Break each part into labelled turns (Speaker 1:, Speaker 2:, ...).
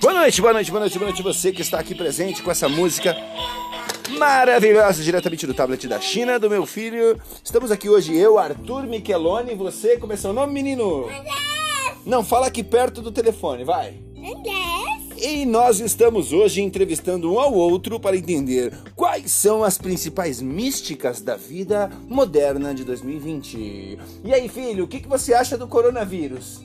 Speaker 1: Boa noite, boa noite, boa noite, boa noite você que está aqui presente com essa música maravilhosa, diretamente do tablet da China, do meu filho. Estamos aqui hoje, eu, Arthur Micheloni, você, como é seu nome, menino? Não, fala aqui perto do telefone, vai. E nós estamos hoje entrevistando um ao outro para entender quais são as principais místicas da vida moderna de 2020. E aí, filho, o que, que você acha do coronavírus?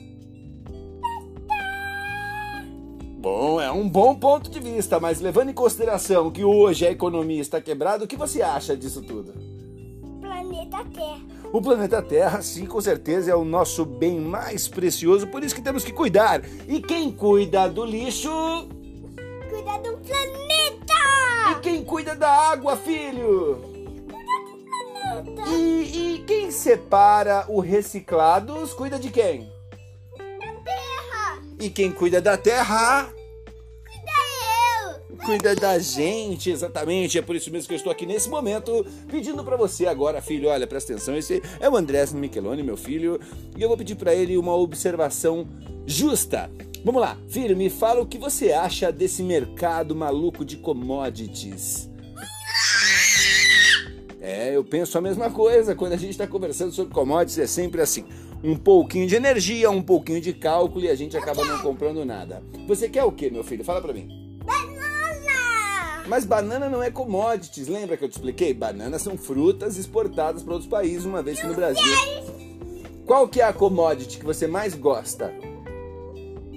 Speaker 1: Bom, é um bom ponto de vista, mas levando em consideração que hoje a economia está quebrada, o que você acha disso tudo?
Speaker 2: Planeta Terra.
Speaker 1: O planeta Terra, sim, com certeza é o nosso bem mais precioso, por isso que temos que cuidar. E quem cuida do lixo?
Speaker 2: Cuida do planeta!
Speaker 1: E quem cuida da água, filho?
Speaker 2: Cuida do planeta!
Speaker 1: E, e quem separa o reciclados, cuida de quem?
Speaker 2: Terra!
Speaker 1: E quem cuida da terra?
Speaker 2: Cuida eu!
Speaker 1: cuida da gente, exatamente. É por isso mesmo que eu estou aqui nesse momento pedindo para você agora, filho. Olha, presta atenção. Esse é o Andrés Micheloni, meu filho, e eu vou pedir para ele uma observação justa. Vamos lá, filho, me fala o que você acha desse mercado maluco de commodities. É, eu penso a mesma coisa. Quando a gente está conversando sobre commodities, é sempre assim: um pouquinho de energia, um pouquinho de cálculo e a gente acaba não comprando nada. Você quer o quê, meu filho? Fala para mim.
Speaker 2: Banana!
Speaker 1: Mas banana não é commodities, lembra que eu te expliquei? Bananas são frutas exportadas para outros países, uma vez que no Brasil. Qual que é a commodity que você mais gosta?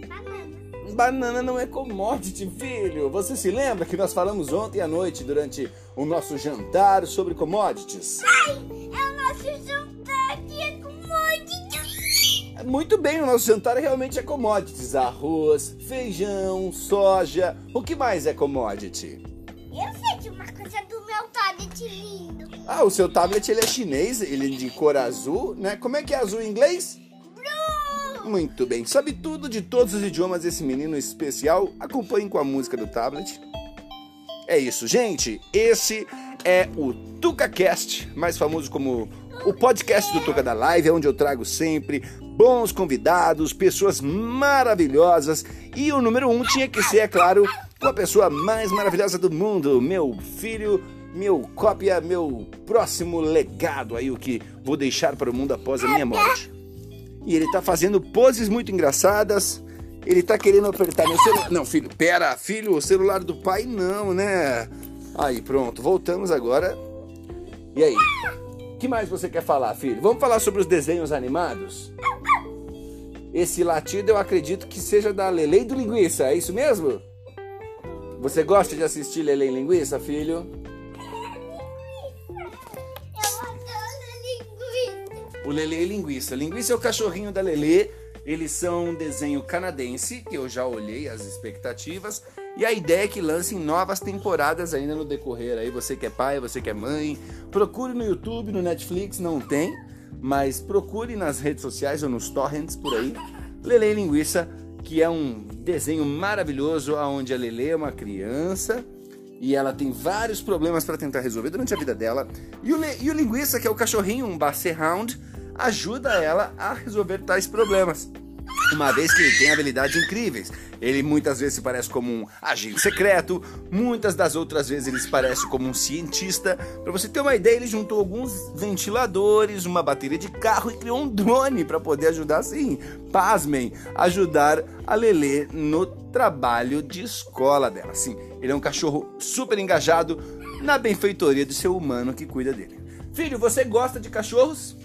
Speaker 2: Banana.
Speaker 1: Banana não é commodity, filho. Você se lembra que nós falamos ontem à noite durante o nosso jantar sobre commodities?
Speaker 2: Ai, é o nosso jantar que é com muito
Speaker 1: Muito bem, o nosso jantar realmente é commodities: arroz, feijão, soja. O que mais é commodity?
Speaker 2: Eu sei de uma coisa do meu tablet lindo.
Speaker 1: Ah, o seu tablet ele é chinês, ele é de cor azul, né? Como é que é azul em inglês?
Speaker 2: Blue!
Speaker 1: Muito bem, sabe tudo de todos os idiomas esse menino especial? Acompanhe com a música do tablet. É isso, gente. Esse é o TucaCast, mais famoso como o podcast do Tuca da Live, é onde eu trago sempre bons convidados, pessoas maravilhosas. E o número um tinha que ser, é claro, com a pessoa mais maravilhosa do mundo, meu filho, meu cópia, meu próximo legado aí, o que vou deixar para o mundo após a minha morte. E ele tá fazendo poses muito engraçadas. Ele tá querendo apertar meu celular. Não, filho, pera, filho, o celular do pai não, né? Aí, pronto, voltamos agora. E aí? O que mais você quer falar, filho? Vamos falar sobre os desenhos animados? Esse latido eu acredito que seja da Lelei do Linguiça, é isso mesmo? Você gosta de assistir Lelei Linguiça, filho?
Speaker 2: É Eu adoro É linguiça.
Speaker 1: O Lelê e Linguiça. Linguiça é o cachorrinho da Lelê. Eles são um desenho canadense, que eu já olhei as expectativas. E a ideia é que lancem novas temporadas ainda no decorrer. Aí você que é pai, você que é mãe, procure no YouTube, no Netflix, não tem. Mas procure nas redes sociais ou nos torrents por aí. Lelê e Linguiça, que é um desenho maravilhoso, onde a Lelê é uma criança e ela tem vários problemas para tentar resolver durante a vida dela. E o, Le- e o Linguiça, que é o cachorrinho, um Basset Hound, ajuda ela a resolver tais problemas. Uma vez que ele tem habilidades incríveis. Ele muitas vezes se parece como um agente secreto, muitas das outras vezes ele se parece como um cientista. Para você ter uma ideia, ele juntou alguns ventiladores, uma bateria de carro e criou um drone para poder ajudar, sim, pasmem, ajudar a Lelê no trabalho de escola dela. Sim, ele é um cachorro super engajado na benfeitoria do seu humano que cuida dele. Filho, você gosta de cachorros?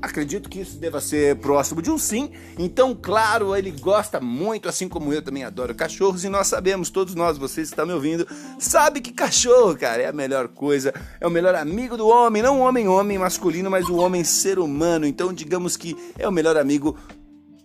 Speaker 1: Acredito que isso deva ser próximo de um sim. Então, claro, ele gosta muito, assim como eu também adoro cachorros. E nós sabemos, todos nós, vocês que estão me ouvindo, sabe que cachorro, cara, é a melhor coisa. É o melhor amigo do homem. Não o homem, homem masculino, mas o homem ser humano. Então, digamos que é o melhor amigo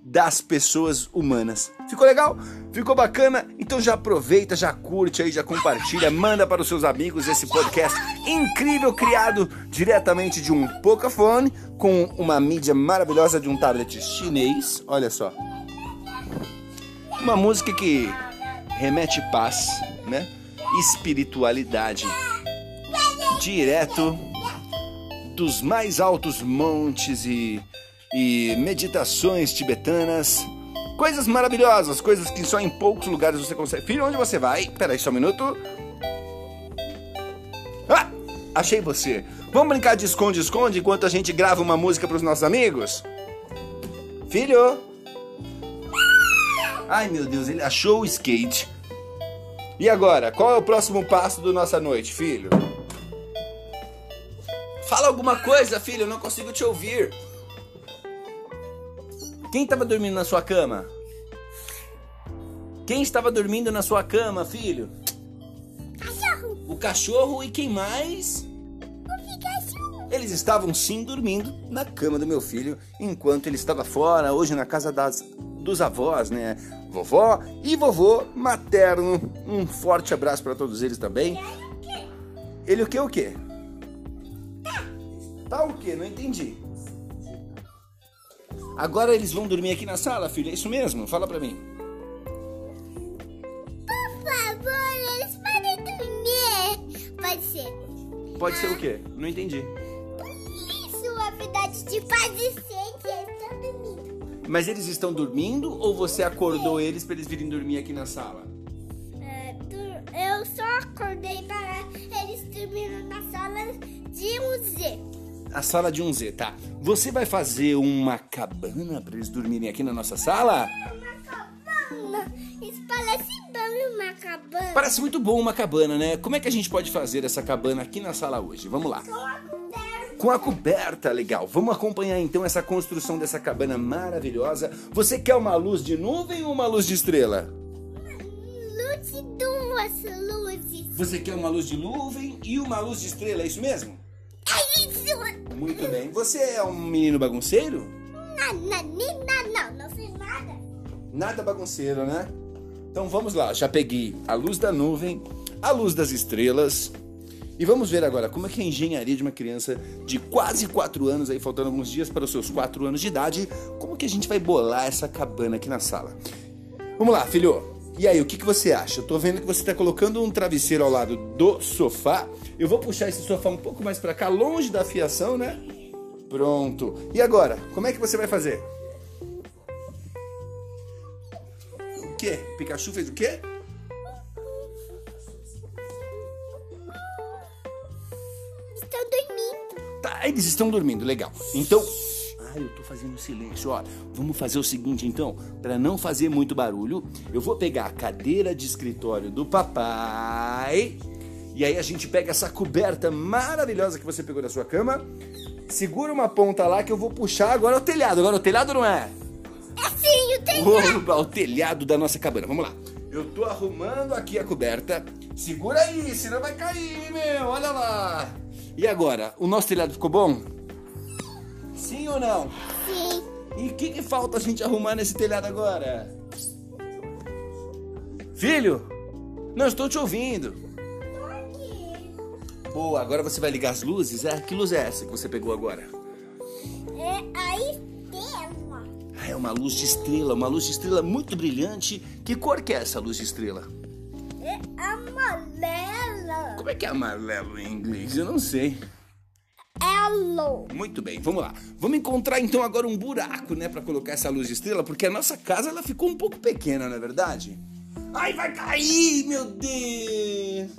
Speaker 1: das pessoas humanas. Ficou legal? Ficou bacana? Então já aproveita, já curte aí, já compartilha, manda para os seus amigos esse podcast incrível criado diretamente de um Pocaphone com uma mídia maravilhosa de um tablet chinês. Olha só. Uma música que remete paz, né? Espiritualidade. Direto dos mais altos montes e, e meditações tibetanas Coisas maravilhosas, coisas que só em poucos lugares você consegue. Filho, onde você vai? Peraí só um minuto. Ah, achei você. Vamos brincar de esconde-esconde enquanto a gente grava uma música pros nossos amigos? Filho? Ai meu Deus, ele achou o skate. E agora, qual é o próximo passo da nossa noite, filho? Fala alguma coisa, filho, eu não consigo te ouvir. Quem estava dormindo na sua cama? Quem estava dormindo na sua cama, filho?
Speaker 2: Cachorro!
Speaker 1: O cachorro e quem mais?
Speaker 2: O Pikachu!
Speaker 1: Eles estavam sim dormindo na cama do meu filho, enquanto ele estava fora, hoje na casa das, dos avós, né? Vovó e vovô materno. Um forte abraço para todos eles também.
Speaker 2: Quero o quê?
Speaker 1: Ele o que o quê? Tá o quê? Não entendi. Agora eles vão dormir aqui na sala, filho? É isso mesmo? Fala pra mim.
Speaker 2: Por favor, eles podem dormir! Pode ser.
Speaker 1: Pode ser o quê? Não entendi.
Speaker 2: Isso, a verdade de fazer ser que eles estão dormindo.
Speaker 1: Mas eles estão dormindo ou você acordou eles pra eles virem dormir aqui na sala?
Speaker 2: É, dur- Eu só acordei para eles dormindo na sala de um Z.
Speaker 1: A sala de um Z, tá? Você vai fazer uma cabana pra eles dormirem aqui na nossa sala?
Speaker 2: Uma cabana. Isso parece bem uma cabana.
Speaker 1: Parece muito bom uma cabana, né? Como é que a gente pode fazer essa cabana aqui na sala hoje? Vamos lá. Com a coberta, legal. Vamos acompanhar então essa construção dessa cabana maravilhosa. Você quer uma luz de nuvem ou uma luz de estrela?
Speaker 2: Luz e duas luzes.
Speaker 1: Você quer uma luz de nuvem e uma luz de estrela, é isso mesmo?
Speaker 2: É isso.
Speaker 1: Muito bem. Você é um menino bagunceiro?
Speaker 2: Não, não, nem- não, não, não fiz nada.
Speaker 1: Nada bagunceiro, né? Então vamos lá, já peguei a luz da nuvem, a luz das estrelas. E vamos ver agora como é que a engenharia de uma criança de quase 4 anos, aí faltando alguns dias para os seus 4 anos de idade, como que a gente vai bolar essa cabana aqui na sala? Vamos lá, filho. E aí, o que, que você acha? Eu tô vendo que você tá colocando um travesseiro ao lado do sofá. Eu vou puxar esse sofá um pouco mais para cá, longe da fiação, né? Pronto. E agora, como é que você vai fazer? O quê? Pikachu fez o quê?
Speaker 2: Estou dormindo.
Speaker 1: Tá, eles estão dormindo, legal. Então. Ai, eu tô fazendo um silêncio, ó. Vamos fazer o seguinte então, Pra não fazer muito barulho, eu vou pegar a cadeira de escritório do papai. E aí a gente pega essa coberta maravilhosa que você pegou da sua cama. Segura uma ponta lá que eu vou puxar agora o telhado. Agora o telhado não é?
Speaker 2: É sim, eu tenho.
Speaker 1: Opa, o telhado da nossa cabana. Vamos lá. Eu tô arrumando aqui a coberta. Segura aí, senão vai cair, meu. Olha lá. E agora, o nosso telhado ficou bom? Sim ou não?
Speaker 2: Sim.
Speaker 1: E o que, que falta a gente arrumar nesse telhado agora? Filho, não estou te ouvindo. Boa, agora você vai ligar as luzes? É, que luz é essa que você pegou agora?
Speaker 2: É a estrela.
Speaker 1: Ah, é uma luz de estrela, uma luz de estrela muito brilhante. Que cor que é essa luz de estrela?
Speaker 2: É amarela.
Speaker 1: Como é que é amarelo em inglês? Eu não sei.
Speaker 2: É Elo.
Speaker 1: Muito bem, vamos lá. Vamos encontrar então agora um buraco, né, Pra colocar essa luz de estrela, porque a nossa casa ela ficou um pouco pequena, não é verdade? Ai, vai cair, meu Deus!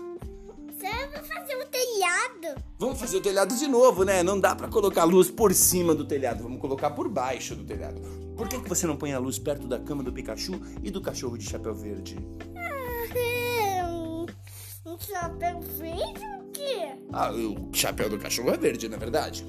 Speaker 2: Você vai fazer um telhado?
Speaker 1: Vamos fazer o telhado de novo, né? Não dá pra colocar a luz por cima do telhado, vamos colocar por baixo do telhado. Por que, que você não põe a luz perto da cama do Pikachu e do cachorro de chapéu verde?
Speaker 2: Um, um chapéu verde o quê?
Speaker 1: Ah, o chapéu do cachorro é verde, não é verdade?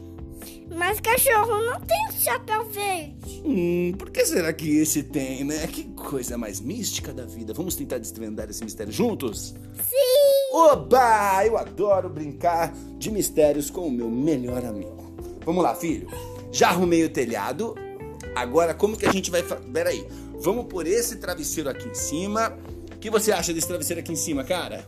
Speaker 2: Mas cachorro não tem chapéu verde.
Speaker 1: Hum, por que será que esse tem, né? Que coisa mais mística da vida. Vamos tentar desvendar esse mistério juntos?
Speaker 2: Sim.
Speaker 1: Oba! Eu adoro brincar de mistérios com o meu melhor amigo. Vamos lá, filho. Já arrumei o telhado. Agora, como que a gente vai... Fa... Peraí. Vamos por esse travesseiro aqui em cima. O que você acha desse travesseiro aqui em cima, cara?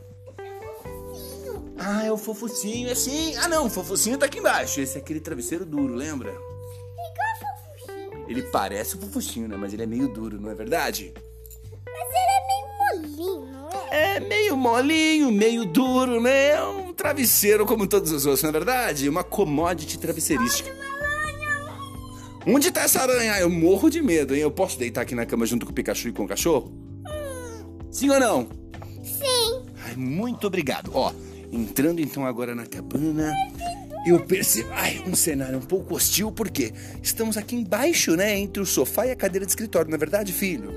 Speaker 1: Ah, é o fofucinho, é sim. Ah, não, o fofucinho tá aqui embaixo. Esse é aquele travesseiro duro, lembra?
Speaker 2: Igual fofuchinho.
Speaker 1: Ele parece o fofucinho, né? Mas ele é meio duro, não é verdade?
Speaker 2: Mas ele é meio molinho, não é?
Speaker 1: É meio molinho, meio duro, né? É um travesseiro como todos os outros, não é verdade? Uma commodity travesseirística. Onde tá essa aranha? Eu morro de medo, hein? Eu posso deitar aqui na cama junto com o Pikachu e com o cachorro? Hum, Sim ou não?
Speaker 2: Sim.
Speaker 1: Ai, muito obrigado. Ó, entrando então agora na cabana, eu percebo. Ai, um cenário um pouco hostil, porque estamos aqui embaixo, né? Entre o sofá e a cadeira de escritório, não é verdade, filho?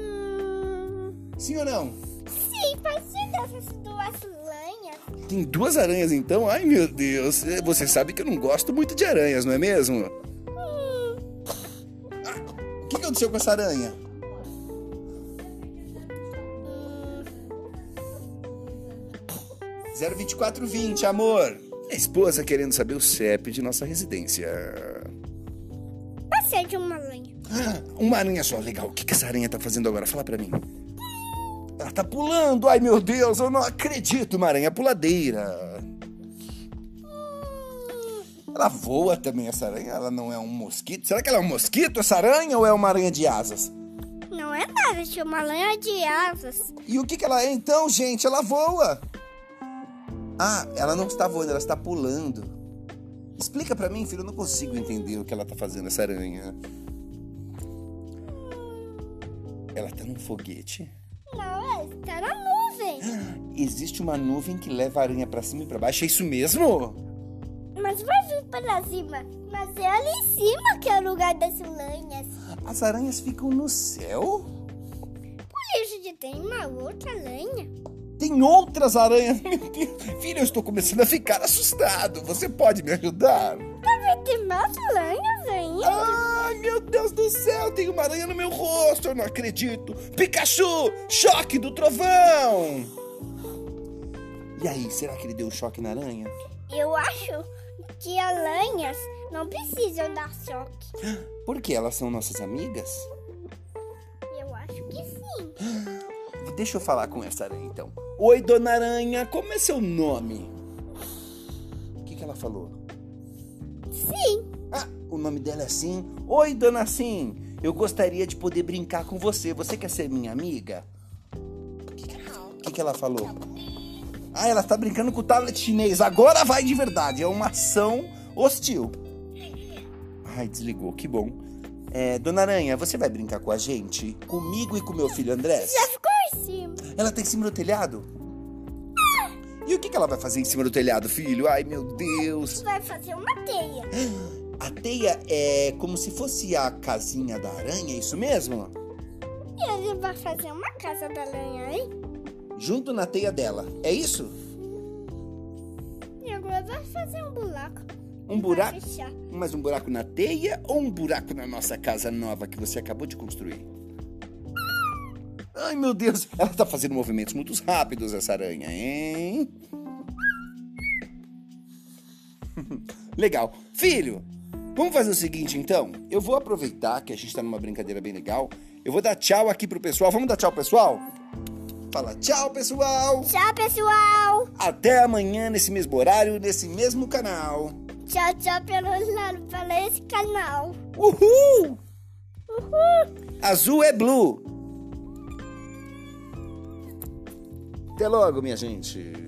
Speaker 1: Sim ou não?
Speaker 2: Sim, parecida essas duas lanhas.
Speaker 1: Tem duas aranhas então? Ai, meu Deus. É, Você sabe que eu não gosto muito de aranhas, não é mesmo?
Speaker 2: Hum,
Speaker 1: Ah, O que que aconteceu com essa aranha? vinte, amor. A esposa querendo saber o CEP de nossa residência.
Speaker 2: Passei é de uma lanha.
Speaker 1: Ah, Uma aranha só, legal. O que que essa aranha tá fazendo agora? Fala pra mim. Ela tá pulando. Ai, meu Deus, eu não acredito, uma aranha puladeira. Ela voa também, essa aranha. Ela não é um mosquito. Será que ela é um mosquito, essa aranha, ou é uma aranha de asas?
Speaker 2: Não é nada, tinha uma lanha de asas.
Speaker 1: E o que, que ela é então, gente? Ela voa. Ah, ela não está voando, ela está pulando. Explica pra mim, filho, eu não consigo entender o que ela tá fazendo, essa aranha. Ela tá num foguete?
Speaker 2: Não, é, tá na nuvem.
Speaker 1: Existe uma nuvem que leva a aranha pra cima e pra baixo, é isso mesmo?
Speaker 2: Mas vai vir para cima. Mas é ali em cima que é o lugar das lanhas.
Speaker 1: As aranhas ficam no céu?
Speaker 2: Por isso que tem uma outra lanha.
Speaker 1: Tem outras aranhas? Meu Deus, filho, eu estou começando a ficar assustado. Você pode me ajudar?
Speaker 2: Deve ter mais lanhas ainda.
Speaker 1: Ai, meu Deus do céu, tem uma aranha no meu rosto, eu não acredito. Pikachu, choque do trovão! E aí, será que ele deu um choque na aranha?
Speaker 2: Eu acho que as lanhas não precisam dar choque.
Speaker 1: Porque elas são nossas amigas?
Speaker 2: Eu acho que sim.
Speaker 1: Deixa eu falar com essa aranha então. Oi, dona aranha, como é seu nome? O que, que ela falou?
Speaker 2: Sim.
Speaker 1: Ah, o nome dela é Sim. Oi, dona Sim, eu gostaria de poder brincar com você. Você quer ser minha amiga? O que, que ela falou? Ah, ela tá brincando com o tablet chinês. Agora vai de verdade. É uma ação hostil. Ai, desligou. Que bom. É, Dona Aranha, você vai brincar com a gente? Comigo e com meu filho André?
Speaker 2: Já ficou em cima.
Speaker 1: Ela tá em cima do telhado? E o que, que ela vai fazer em cima do telhado, filho? Ai, meu Deus.
Speaker 2: Vai fazer uma teia.
Speaker 1: A teia é como se fosse a casinha da aranha, é isso mesmo?
Speaker 2: E ele vai fazer uma casa da lanha aí.
Speaker 1: Junto na teia dela, é isso?
Speaker 2: E agora vai fazer um buraco.
Speaker 1: Um buraco?
Speaker 2: Vai fechar.
Speaker 1: Mas um buraco na teia ou um buraco na nossa casa nova que você acabou de construir? Ai, meu Deus, ela tá fazendo movimentos muito rápidos, essa aranha, hein? Legal. Filho, vamos fazer o seguinte então. Eu vou aproveitar que a gente tá numa brincadeira bem legal. Eu vou dar tchau aqui pro pessoal. Vamos dar tchau, pessoal? Fala tchau, pessoal!
Speaker 2: Tchau, pessoal.
Speaker 1: Até amanhã, nesse mesmo horário, nesse mesmo canal.
Speaker 2: Tchau, tchau pelo, pelo esse canal.
Speaker 1: Uhul!
Speaker 2: Uhul.
Speaker 1: Azul é blue. Até logo, minha gente.